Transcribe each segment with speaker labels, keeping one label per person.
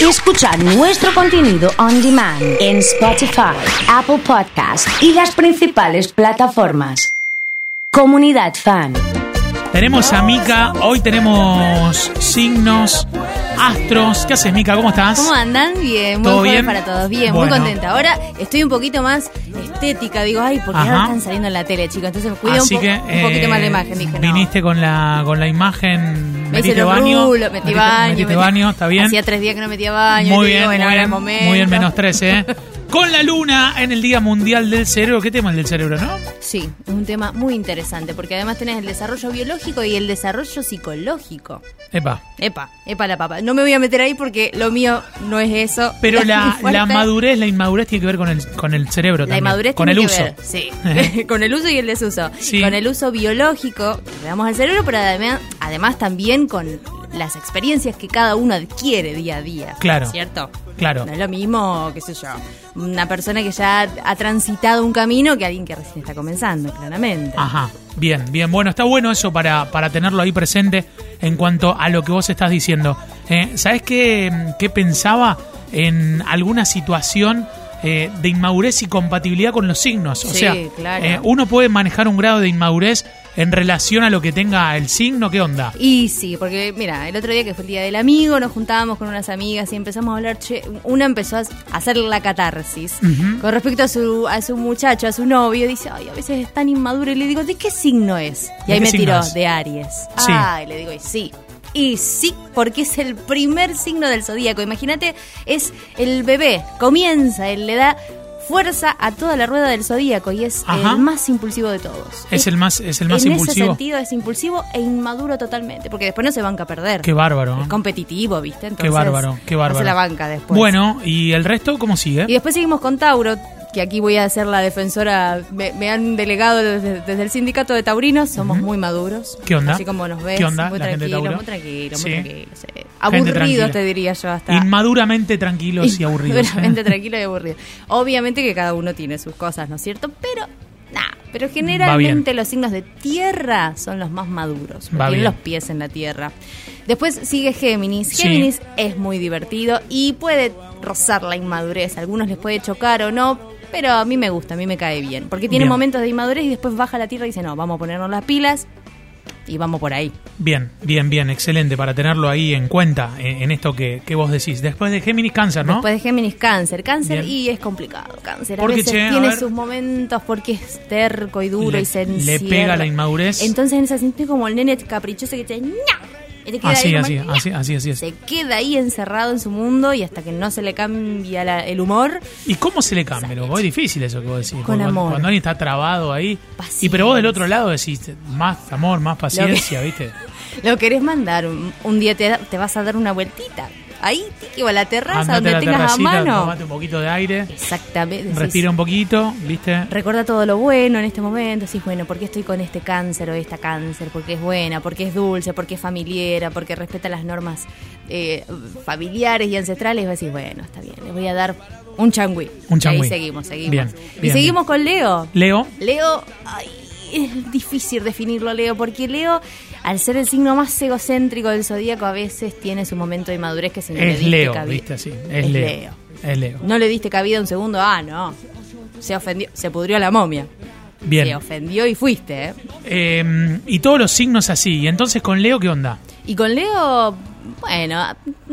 Speaker 1: y escuchar nuestro contenido on demand en Spotify, Apple Podcast y las principales plataformas. Comunidad Fan.
Speaker 2: Tenemos a Mica, hoy tenemos signos, astros. ¿Qué haces, Mica? ¿Cómo estás?
Speaker 3: ¿Cómo andan? Bien, muy
Speaker 2: ¿Todo
Speaker 3: joven
Speaker 2: bien?
Speaker 3: para todos. Bien,
Speaker 2: Bueno.
Speaker 3: muy contenta. Ahora estoy un poquito más estética. Digo, ay, porque
Speaker 2: Ajá.
Speaker 3: ahora están saliendo en la tele, chicos. Entonces me cuido un,
Speaker 2: Así
Speaker 3: po-
Speaker 2: que,
Speaker 3: un poquito
Speaker 2: eh,
Speaker 3: más de imagen. Dije, no.
Speaker 2: Viniste con la, con la imagen,
Speaker 3: me
Speaker 2: metiste
Speaker 3: hice los
Speaker 2: baño.
Speaker 3: rulos, metí
Speaker 2: metiste-
Speaker 3: baño.
Speaker 2: metiste
Speaker 3: metí-
Speaker 2: baño, está bien.
Speaker 3: Hacía tres días que no metía baño.
Speaker 2: Muy
Speaker 3: y
Speaker 2: bien,
Speaker 3: digo,
Speaker 2: muy
Speaker 3: bueno, ahora
Speaker 2: bien,
Speaker 3: es momento.
Speaker 2: muy bien, menos 13, ¿eh? Con la luna en el Día Mundial del Cerebro. ¿Qué tema es el del cerebro, no?
Speaker 3: Sí, es un tema muy interesante porque además tenés el desarrollo biológico y el desarrollo psicológico.
Speaker 2: Epa.
Speaker 3: Epa, epa la papa. No me voy a meter ahí porque lo mío no es eso.
Speaker 2: Pero
Speaker 3: Es
Speaker 2: la,
Speaker 3: muy fuerte.
Speaker 2: la madurez, la inmadurez tiene que ver con el, con el cerebro
Speaker 3: La
Speaker 2: también.
Speaker 3: inmadurez
Speaker 2: con
Speaker 3: tiene
Speaker 2: el
Speaker 3: que
Speaker 2: uso.
Speaker 3: ver, sí. con el uso y el desuso.
Speaker 2: Sí.
Speaker 3: Con el uso biológico que le damos al cerebro, pero además, además también con las experiencias que cada uno adquiere día a día.
Speaker 2: Claro.
Speaker 3: ¿Cierto?
Speaker 2: Claro.
Speaker 3: No es lo mismo, qué sé yo, una persona que ya ha transitado un camino que alguien que recién está comenzando, claramente.
Speaker 2: Ajá, bien, bien. Bueno, está bueno eso para, para tenerlo ahí presente en cuanto a lo que vos estás diciendo. Eh, ¿Sabés qué, qué pensaba en alguna situación eh, de inmadurez y compatibilidad con los signos? O
Speaker 3: Sí,
Speaker 2: sea,
Speaker 3: claro.
Speaker 2: eh, uno puede manejar un grado de inmadurez en relación a lo que tenga el signo, ¿qué onda?
Speaker 3: Y sí, porque mira, el otro día que fue el día del amigo, nos juntábamos con unas amigas y empezamos a hablar, che, una empezó a hacer la catarsis
Speaker 2: Ujú.
Speaker 3: con respecto a su, a su muchacho, a su novio, dice, ay, a veces es tan inmaduro y le digo, ¿de qué signo es? Y
Speaker 2: ¿De
Speaker 3: ahí
Speaker 2: qué
Speaker 3: me
Speaker 2: signo
Speaker 3: tiró,
Speaker 2: es?
Speaker 3: de Aries.
Speaker 2: Sí.
Speaker 3: Ay, le digo, y sí. Y sí, porque es el primer signo del zodíaco. Imagínate, es el bebé, comienza, él le da fuerza a toda la rueda del zodíaco y es
Speaker 2: Ajá.
Speaker 3: el más impulsivo de todos.
Speaker 2: Es el más, es el más
Speaker 3: en ese
Speaker 2: impulsivo.
Speaker 3: sentido es impulsivo e inmaduro totalmente, porque después no se banca a perder.
Speaker 2: Qué bárbaro. ¿eh?
Speaker 3: es competitivo, ¿viste? Entonces,
Speaker 2: Qué bárbaro, qué bárbaro.
Speaker 3: No se la banca después.
Speaker 2: Bueno, ¿y el resto cómo sigue?
Speaker 3: Y después seguimos con Tauro, que aquí voy a ser la defensora, me, me han delegado desde, desde el sindicato de Taurinos, somos muy maduros.
Speaker 2: ¿Qué onda?
Speaker 3: Así como nos ves,
Speaker 2: ¿Qué onda,
Speaker 3: muy
Speaker 2: la gente de
Speaker 3: tranquilos,
Speaker 2: Tauro?
Speaker 3: muy tranquilos,
Speaker 2: Sí.
Speaker 3: muy tranquilos. sí. Aburridos
Speaker 2: tranquila.
Speaker 3: te diría yo hasta.
Speaker 2: Inmaduramente tranquilos y aburridos. ¿eh?
Speaker 3: Verdaderamente tranquilo y aburrido. Obviamente que cada uno tiene sus cosas, ¿no es cierto? Pero, nah, pero generalmente los signos de tierra son los más maduros. porque
Speaker 2: Va bien.
Speaker 3: Tienen los pies en la tierra. Después sigue Géminis.
Speaker 2: Sí.
Speaker 3: Géminis es muy divertido y puede rozar la inmadurez. A algunos les puede chocar o no. Pero a mí me gusta, a mí me cae bien. Porque tiene
Speaker 2: Bien.
Speaker 3: momentos de inmadurez y después baja la tierra y dice, no, vamos a ponernos las pilas y vamos por ahí.
Speaker 2: Bien, bien, bien, excelente para tenerlo ahí en cuenta eh, en, en esto que, que vos decís. Después de Géminis Cáncer, ¿no?
Speaker 3: Después de Pues Géminis, cáncer. Cáncer
Speaker 2: Bien.
Speaker 3: y es complicado. Cáncer
Speaker 2: Porque,
Speaker 3: a veces
Speaker 2: che, a
Speaker 3: tiene
Speaker 2: ver.
Speaker 3: sus momentos porque es terco y duro
Speaker 2: Le-
Speaker 3: y se
Speaker 2: le
Speaker 3: encierra.
Speaker 2: pega la inmadurez.
Speaker 3: Entonces en ese sentido es como el nene caprichoso que te dice, "No", Y te queda
Speaker 2: así,
Speaker 3: ahí
Speaker 2: así,
Speaker 3: como, "No".
Speaker 2: así, así, así, es.
Speaker 3: Se queda ahí encerrado en su mundo y hasta que no se le cambia la- el humor,
Speaker 2: ¿Y cómo se le cambia? loco? Es difícil eso que vos decís.
Speaker 3: Con
Speaker 2: Cuando-
Speaker 3: amor.
Speaker 2: Cuando alguien está trabado ahí.
Speaker 3: Paciencia.
Speaker 2: Y pero vos del otro lado decís más amor, más paciencia, ¿viste?
Speaker 3: lo querés mandar. Un, un día te, da- te vas a dar una vueltita. Ahí, tiki, o a la terraza
Speaker 2: Andate
Speaker 3: donde
Speaker 2: a la
Speaker 3: tengas a
Speaker 2: terracita,
Speaker 3: mano.
Speaker 2: tomate un poquito de aire,
Speaker 3: Exactamente. decís,
Speaker 2: respira un poquito, ¿viste?
Speaker 3: Recuerda todo lo bueno en este momento, sí, bueno, porque estoy con este cáncer o esta cáncer, porque es buena, porque es dulce, porque es familiera, porque respeta las normas eh, familiares y ancestrales, y vas a decir, bueno, está bien, le voy a dar un changüí.
Speaker 2: Un
Speaker 3: Y
Speaker 2: changüí.
Speaker 3: Ahí seguimos, seguimos.
Speaker 2: Bien,
Speaker 3: y
Speaker 2: bien,
Speaker 3: seguimos con Leo.
Speaker 2: Leo,
Speaker 3: Leo, ay, es difícil definirlo, Leo, porque Leo, al ser el signo más egocéntrico del zodíaco, a veces tiene su momento de madurez que se no le
Speaker 2: es
Speaker 3: diste
Speaker 2: Leo,
Speaker 3: cabida.
Speaker 2: ¿viste? Así, es Leo. Es Leo.
Speaker 3: No le diste cabida un segundo, ah, no. Se ofendió, se pudrió la momia. Se
Speaker 2: Bien.
Speaker 3: ofendió y fuiste, ¿eh?
Speaker 2: Eh, y todos los signos así. ¿Y entonces con Leo qué onda?
Speaker 3: Y con Leo, bueno,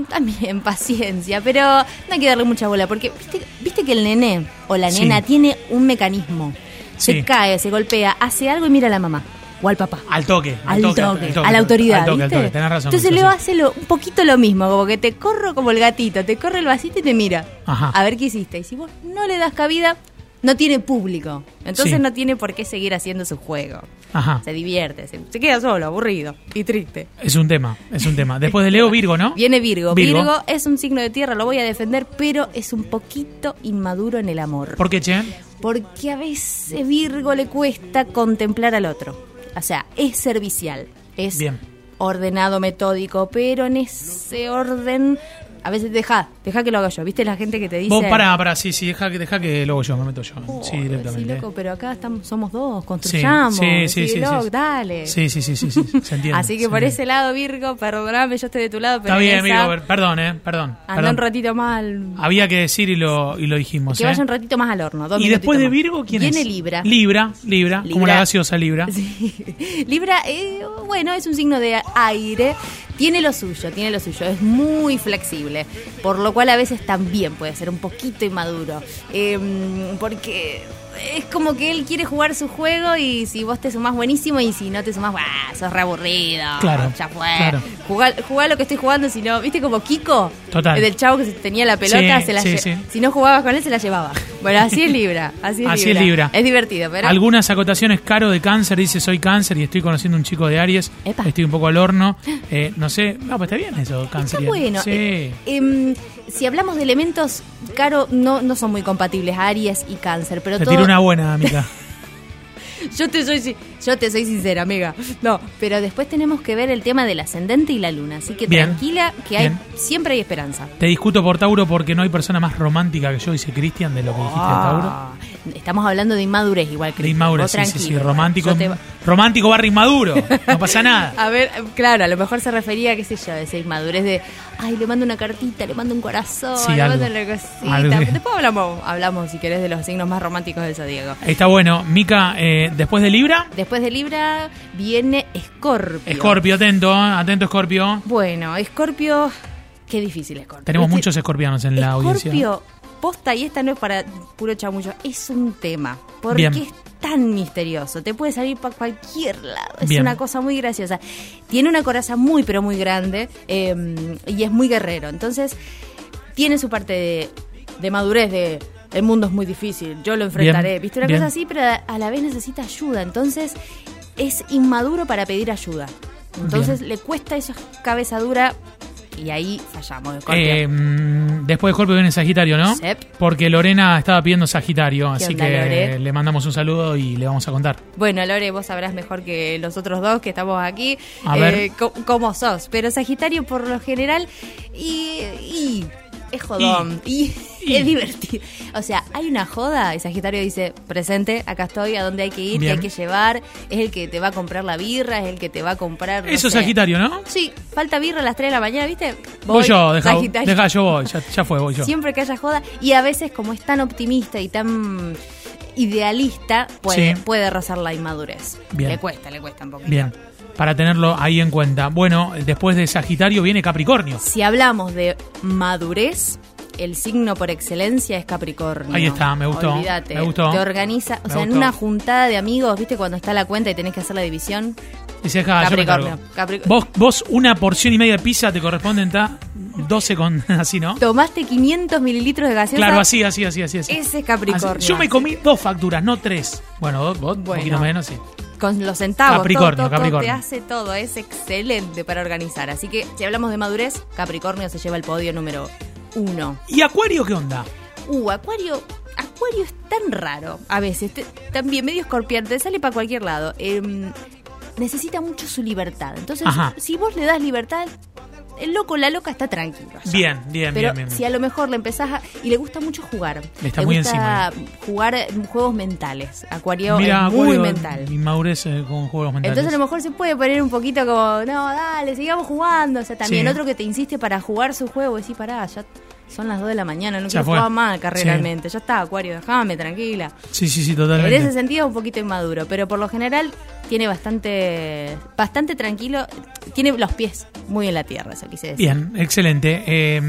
Speaker 3: también paciencia, pero no hay que darle mucha bola, porque viste, viste que el nené o la
Speaker 2: Sí.
Speaker 3: nena tiene un mecanismo.
Speaker 2: Sí.
Speaker 3: Se cae, se golpea, hace algo y mira a la mamá o al papá.
Speaker 2: Al toque, al,
Speaker 3: Al
Speaker 2: toque,
Speaker 3: toque,
Speaker 2: al toque,
Speaker 3: a la autoridad.
Speaker 2: Al toque, al
Speaker 3: ¿viste?
Speaker 2: toque, tenés razón.
Speaker 3: Entonces
Speaker 2: Lucho,
Speaker 3: Leo
Speaker 2: sí.
Speaker 3: hace lo- un poquito lo mismo, como que te corro como el gatito, te corre el vasito y te mira.
Speaker 2: Ajá.
Speaker 3: A ver qué hiciste. Y si vos no le das cabida, no tiene público. Entonces
Speaker 2: Sí.
Speaker 3: no tiene por qué seguir haciendo su juego.
Speaker 2: Ajá.
Speaker 3: Se divierte, se, se queda solo, aburrido y triste.
Speaker 2: Es un tema, es un tema. Después de Leo, Virgo, ¿no?
Speaker 3: Viene Virgo.
Speaker 2: Virgo.
Speaker 3: Virgo. es un signo de tierra, lo voy a defender, pero es un poquito inmaduro en el amor.
Speaker 2: ¿Por qué, Che?
Speaker 3: Porque a veces Virgo le cuesta contemplar al otro. O sea, es servicial, es
Speaker 2: Bien.
Speaker 3: ordenado, metódico, pero en ese orden a veces deja, deja que lo haga yo. ¿Viste la gente que te dice?
Speaker 2: Vos pará, pará, sí, sí, deja, que- deja que lo hago yo, me meto yo.
Speaker 3: "Oh,
Speaker 2: sí, directamente.
Speaker 3: loco, pero acá estamos, somos dos, construyamos.
Speaker 2: sí, sí, sí,
Speaker 3: loco,
Speaker 2: sí.
Speaker 3: dale.
Speaker 2: Sí, sí, sí, sí, sí, se entiende.
Speaker 3: Así que
Speaker 2: se
Speaker 3: por
Speaker 2: entiende.
Speaker 3: ese lado, Virgo, perdóname, yo estoy de tu lado, pero
Speaker 2: Está bien,
Speaker 3: en esa,
Speaker 2: amigo, per- perdón, eh, perdón.
Speaker 3: andá
Speaker 2: perdón.
Speaker 3: un ratito más al-
Speaker 2: Había que decir y lo, y lo dijimos.
Speaker 3: que
Speaker 2: eh.
Speaker 3: vaya un ratito más al horno. dos
Speaker 2: y después de
Speaker 3: minutitos más.
Speaker 2: Virgo, ¿quién es?
Speaker 3: Viene Libra.
Speaker 2: Libra, Libra, como
Speaker 3: Libra.
Speaker 2: la gaseosa Libra.
Speaker 3: Sí. Libra, eh, bueno, es un signo de aire. Tiene lo suyo, tiene lo suyo. Es muy flexible. Por lo cual a veces también puede ser un poquito inmaduro. Eh, porque es como que él quiere jugar su juego y si vos te sumás buenísimo y si no te sumás, ¡buah! sos re aburrido.
Speaker 2: Claro,
Speaker 3: Ah, Ya fue.
Speaker 2: claro.
Speaker 3: Jugá, jugá lo que estoy jugando, si no. ¿Viste como Kiko?
Speaker 2: Total.
Speaker 3: El del chavo que se tenía la pelota,
Speaker 2: Sí,
Speaker 3: se la
Speaker 2: sí,
Speaker 3: lle-
Speaker 2: sí.
Speaker 3: Si no jugabas con él, se la llevaba. Bueno, así es Libra. Así es,
Speaker 2: Así es
Speaker 3: Libra.
Speaker 2: Libra.
Speaker 3: Es divertido, pero.
Speaker 2: Algunas acotaciones, Caro de cáncer dice soy cáncer y estoy conociendo un chico de Aries,
Speaker 3: Epa.
Speaker 2: estoy un poco al horno, Eh, no sé, no, pues está bien eso, cáncer.
Speaker 3: Está
Speaker 2: y Aries.
Speaker 3: bueno.
Speaker 2: Sí.
Speaker 3: Eh, em, si hablamos de elementos, Caro, no, no son muy compatibles, Aries y Cáncer, pero
Speaker 2: Te
Speaker 3: todo-
Speaker 2: tiro una buena, amiga.
Speaker 3: yo, te soy, si- yo te soy sincera, amiga. No, pero después tenemos que ver el tema del ascendente y la luna, así que
Speaker 2: Bien.
Speaker 3: tranquila, que hay,
Speaker 2: Bien.
Speaker 3: siempre hay esperanza.
Speaker 2: Te discuto por Tauro porque no hay persona más romántica que yo, dice Cristian, de lo que dijiste de Tauro.
Speaker 3: Ah, Estamos hablando de inmadurez igual,
Speaker 2: Chris
Speaker 3: Cristian,
Speaker 2: Mauro,
Speaker 3: vos
Speaker 2: sí, sí, sí,
Speaker 3: tranquilo.
Speaker 2: romántico,
Speaker 3: Yo te-
Speaker 2: romántico barra inmaduro, no pasa nada.
Speaker 3: A ver, claro, a lo mejor se refería, qué sé yo, a esa inmadurez de, ay, le mando una cartita, le mando un corazón,
Speaker 2: Sí,
Speaker 3: le mando
Speaker 2: algo.
Speaker 3: una cosita.
Speaker 2: Algo.
Speaker 3: Después hablamos, hablamos, si querés, de los signos más románticos del Zodíaco.
Speaker 2: Está bueno, Mica, eh, después de Libra,
Speaker 3: Después de Libra viene Escorpio.
Speaker 2: Escorpio, atento, ¿eh? atento Escorpio.
Speaker 3: Bueno, Escorpio, qué difícil Escorpio.
Speaker 2: Tenemos
Speaker 3: Este-
Speaker 2: muchos escorpianos en la audiencia.
Speaker 3: Escorpio, posta, y esta no es para puro chamullo, es un tema. Porque
Speaker 2: Bien.
Speaker 3: es tan misterioso, te puede salir para cualquier lado. Es
Speaker 2: Bien.
Speaker 3: una cosa muy graciosa. Tiene una coraza muy, pero muy grande eh, y es muy guerrero. Entonces, tiene su parte de, de madurez, de el mundo es muy difícil, yo lo enfrentaré.
Speaker 2: Bien,
Speaker 3: ¿Viste? Una
Speaker 2: bien.
Speaker 3: cosa así, pero a- a la vez necesita ayuda. Entonces, es inmaduro para pedir ayuda. Entonces, le cuesta eso, es cabeza dura. Y ahí fallamos, Escorpio.
Speaker 2: Eh, mm, después de Escorpio viene Sagitario, ¿no?
Speaker 3: Sep.
Speaker 2: Porque Lorena estaba pidiendo Sagitario, así
Speaker 3: onda,
Speaker 2: que
Speaker 3: Lore?
Speaker 2: le mandamos un saludo y le vamos a contar.
Speaker 3: Bueno, Lore, vos sabrás mejor que los otros dos que estamos aquí eh,
Speaker 2: A ver.
Speaker 3: co- cómo sos. Pero Sagitario, por lo general, y, y es jodón. Y,
Speaker 2: Y.
Speaker 3: es divertido. O sea, hay una joda y Sagitario dice: presente, acá estoy, a dónde hay que ir, qué
Speaker 2: Bien.
Speaker 3: hay que llevar. Es el que te va a comprar la birra, es el que te va a comprar. no
Speaker 2: Eso es
Speaker 3: sé.
Speaker 2: Sagitario, ¿no?
Speaker 3: Sí, falta birra a las 3 de la mañana, ¿viste?
Speaker 2: Voy, yo, deja,
Speaker 3: Sagitario.
Speaker 2: deja, yo voy, ya, ya fue, voy yo.
Speaker 3: Siempre que haya joda. Y a veces, como es tan optimista y tan idealista, puede,
Speaker 2: Sí.
Speaker 3: puede rozar la inmadurez.
Speaker 2: Bien.
Speaker 3: Le cuesta, le cuesta un poquito.
Speaker 2: Bien, para tenerlo ahí en cuenta. Bueno, después de Sagitario viene Capricornio.
Speaker 3: Si hablamos de madurez, el signo por excelencia es Capricornio.
Speaker 2: Ahí está, me gustó,
Speaker 3: Olvídate.
Speaker 2: me gustó.
Speaker 3: Te organiza, o
Speaker 2: Me
Speaker 3: sea, en
Speaker 2: gustó.
Speaker 3: una juntada de amigos, ¿viste cuando está la cuenta y tenés que hacer la división?
Speaker 2: Dice, "Ja, yo me
Speaker 3: Capricornio,
Speaker 2: encargo".
Speaker 3: Capric-
Speaker 2: Vos, vos una porción y media de pizza te corresponden ta 12 con así, ¿no?
Speaker 3: Tomaste 500 mililitros de gaseosa.
Speaker 2: Claro, así, así, así, así. así.
Speaker 3: Ese es Capricornio.
Speaker 2: Así. Yo me comí dos facturas, no tres. Bueno, vos, vos un
Speaker 3: Bueno.
Speaker 2: poquito menos, sí.
Speaker 3: Con los centavos,
Speaker 2: Capricornio,
Speaker 3: todo, todo, todo
Speaker 2: Capricornio.
Speaker 3: te hace todo, es excelente para organizar. Así que si hablamos de madurez, Capricornio se lleva el podio número uno.
Speaker 2: ¿Y Acuario qué onda?
Speaker 3: Uh, Acuario, Acuario es tan raro a veces, te- también medio escorpión, te sale para cualquier lado. Em, necesita mucho su libertad. Entonces,
Speaker 2: Ajá.
Speaker 3: si vos le das libertad, el loco, la loca está tranquilo. allá.
Speaker 2: Bien, bien, bien,
Speaker 3: Pero
Speaker 2: bien. bien.
Speaker 3: si a lo mejor le empezás a, y le gusta mucho jugar.
Speaker 2: Le está
Speaker 3: le
Speaker 2: muy
Speaker 3: gusta jugar eh, juegos mentales. Acuario es muy
Speaker 2: Acuario,
Speaker 3: mental.
Speaker 2: inmadurez, eh, con juegos mentales.
Speaker 3: Entonces a lo mejor se puede poner un poquito como, no, dale, sigamos jugando. O sea, también
Speaker 2: Sí.
Speaker 3: otro que te insiste para jugar su juego, decís, pará, ya son las 2 de la mañana, no
Speaker 2: Ya
Speaker 3: quiero
Speaker 2: fue.
Speaker 3: jugar más carrera
Speaker 2: Sí.
Speaker 3: realmente. Ya está, Acuario, déjame tranquila.
Speaker 2: Sí, sí, sí,
Speaker 3: En
Speaker 2: totalmente.
Speaker 3: ese sentido un poquito inmaduro, pero por lo general tiene bastante, bastante tranquilo, tiene los pies muy en la tierra, eso quise decir.
Speaker 2: Bien, excelente. Eh,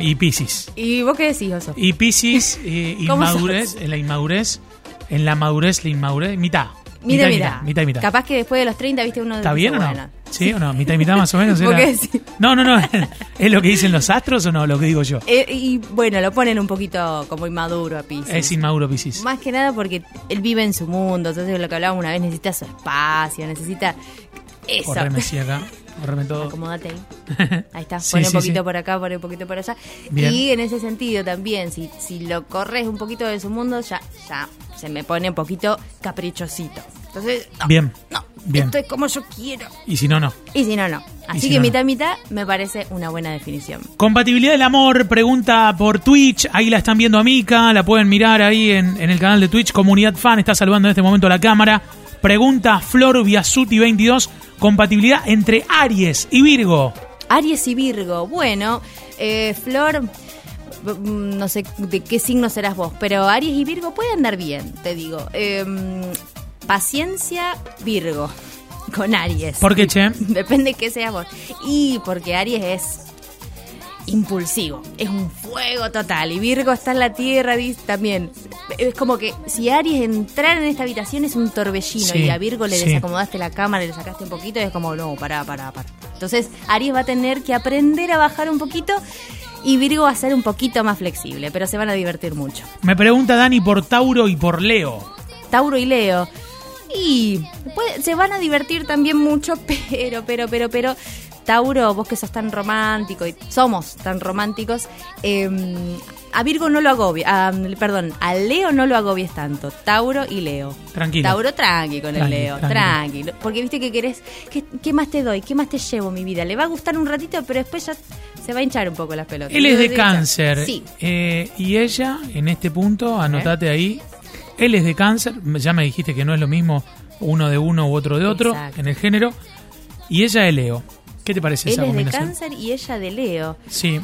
Speaker 2: y Piscis.
Speaker 3: ¿Y vos qué decís, Oso?
Speaker 2: Y Piscis, eh,
Speaker 3: ¿Cómo
Speaker 2: inmadurez, en la inmadurez, en la madurez, la inmadurez, mitad. mitad,
Speaker 3: Mira,
Speaker 2: y
Speaker 3: mira,
Speaker 2: Mitad, mitad y mitad.
Speaker 3: capaz que después de los 30, viste, uno...
Speaker 2: ¿Está
Speaker 3: dice,
Speaker 2: bien o no?
Speaker 3: bueno.
Speaker 2: ¿Sí o no? ¿Mitad y mitad más o menos?
Speaker 3: ¿Vos
Speaker 2: era?
Speaker 3: qué decís?
Speaker 2: No, no, no. ¿Es lo que dicen los astros o no? Lo que digo yo.
Speaker 3: Eh, y bueno, lo ponen un poquito como inmaduro a Pisces.
Speaker 2: Es inmaduro Piscis.
Speaker 3: Más que nada porque él vive en su mundo, entonces lo que hablábamos una vez, necesita su espacio, necesita eso. Ah,
Speaker 2: Correme sí acá. Correme todo.
Speaker 3: Acomódate ahí. Ahí está,
Speaker 2: Sí,
Speaker 3: pone
Speaker 2: sí,
Speaker 3: un poquito
Speaker 2: sí.
Speaker 3: por acá, pone un poquito por allá.
Speaker 2: Bien.
Speaker 3: Y en ese sentido también, si, si lo corres un poquito de su mundo, ya, ya se me pone un poquito caprichosito. Entonces, no,
Speaker 2: Bien.
Speaker 3: no,
Speaker 2: Bien.
Speaker 3: esto es como yo quiero.
Speaker 2: Y si no, no.
Speaker 3: Y si no, no. Así
Speaker 2: si
Speaker 3: que
Speaker 2: no, no.
Speaker 3: mitad y mitad me parece una buena definición.
Speaker 2: Compatibilidad del amor, pregunta por Twitch. Ahí la están viendo a Mika, la pueden mirar ahí en, en el canal de Twitch. Comunidad Fan está saludando en este momento a la cámara. Pregunta Flor Biasuti22. Compatibilidad entre Aries y Virgo.
Speaker 3: Aries y Virgo. Bueno, eh, Flor, b- mm, no sé de qué signo serás vos, pero Aries y Virgo puede andar bien, te digo. Eh, paciencia, Virgo, con Aries.
Speaker 2: ¿Por qué, che?
Speaker 3: Depende qué seas vos. Y porque Aries es impulsivo, es un fuego total. Y Virgo está en la tierra dice, también. Es como que si Aries entrara en esta habitación es un torbellino
Speaker 2: Sí,
Speaker 3: y a Virgo le
Speaker 2: sí.
Speaker 3: desacomodaste la cámara, le sacaste un poquito y es como, no, pará, pará, pará. Entonces Aries va a tener que aprender a bajar un poquito y Virgo va a ser un poquito más flexible, pero se van a divertir mucho.
Speaker 2: Me pregunta Dani por Tauro y por Leo.
Speaker 3: Tauro y Leo. Y puede- se van a divertir también mucho, pero, pero, pero, pero. Tauro, vos que sos tan romántico y somos tan románticos, eh, a Virgo no lo agobies, perdón, a Leo no lo agobies tanto, Tauro y Leo.
Speaker 2: Tranquilo.
Speaker 3: Tauro tranqui con el
Speaker 2: Tranqui,
Speaker 3: Leo,
Speaker 2: tranqui.
Speaker 3: tranquilo. Porque viste que querés, ¿qué, qué más te doy? ¿Qué más te llevo mi vida? Le va a gustar un ratito, pero después ya se va a hinchar un poco las pelotas.
Speaker 2: Él es de
Speaker 3: Sí.
Speaker 2: cáncer.
Speaker 3: Sí.
Speaker 2: Eh, y ella, en este punto, anotate ahí. Él es de cáncer. Ya me dijiste que no es lo mismo uno de uno u otro de otro
Speaker 3: Exacto.
Speaker 2: en el género. Y ella de Leo. ¿Qué te parece
Speaker 3: Él
Speaker 2: esa
Speaker 3: es de
Speaker 2: combinación?
Speaker 3: cáncer y ella de Leo.
Speaker 2: Sí.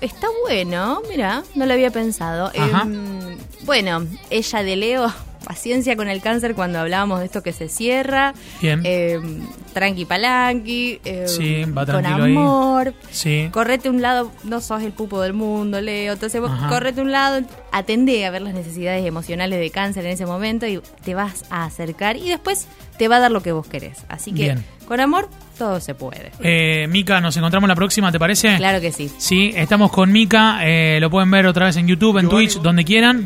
Speaker 3: Está bueno, mira, no lo había pensado.
Speaker 2: Ajá.
Speaker 3: Em, bueno, ella de Leo, paciencia con el cáncer cuando hablábamos de esto que se cierra.
Speaker 2: Bien.
Speaker 3: Em, tranqui palanqui. em,
Speaker 2: Sí, va
Speaker 3: con
Speaker 2: tranquilo ahí.
Speaker 3: amor.
Speaker 2: Sí.
Speaker 3: Correte un lado, no sos el pupo del mundo, Leo. Entonces vos
Speaker 2: Ajá.
Speaker 3: correte un lado, atendé a ver las necesidades emocionales de cáncer en ese momento y te vas a acercar y después te va a dar lo que vos querés. Así que
Speaker 2: Bien.
Speaker 3: con amor todo se puede.
Speaker 2: Eh, Mica, nos encontramos la próxima, ¿te parece?
Speaker 3: Claro que sí.
Speaker 2: Sí, estamos con Mica. eh, lo pueden ver otra vez en YouTube, en Twitch, donde quieran.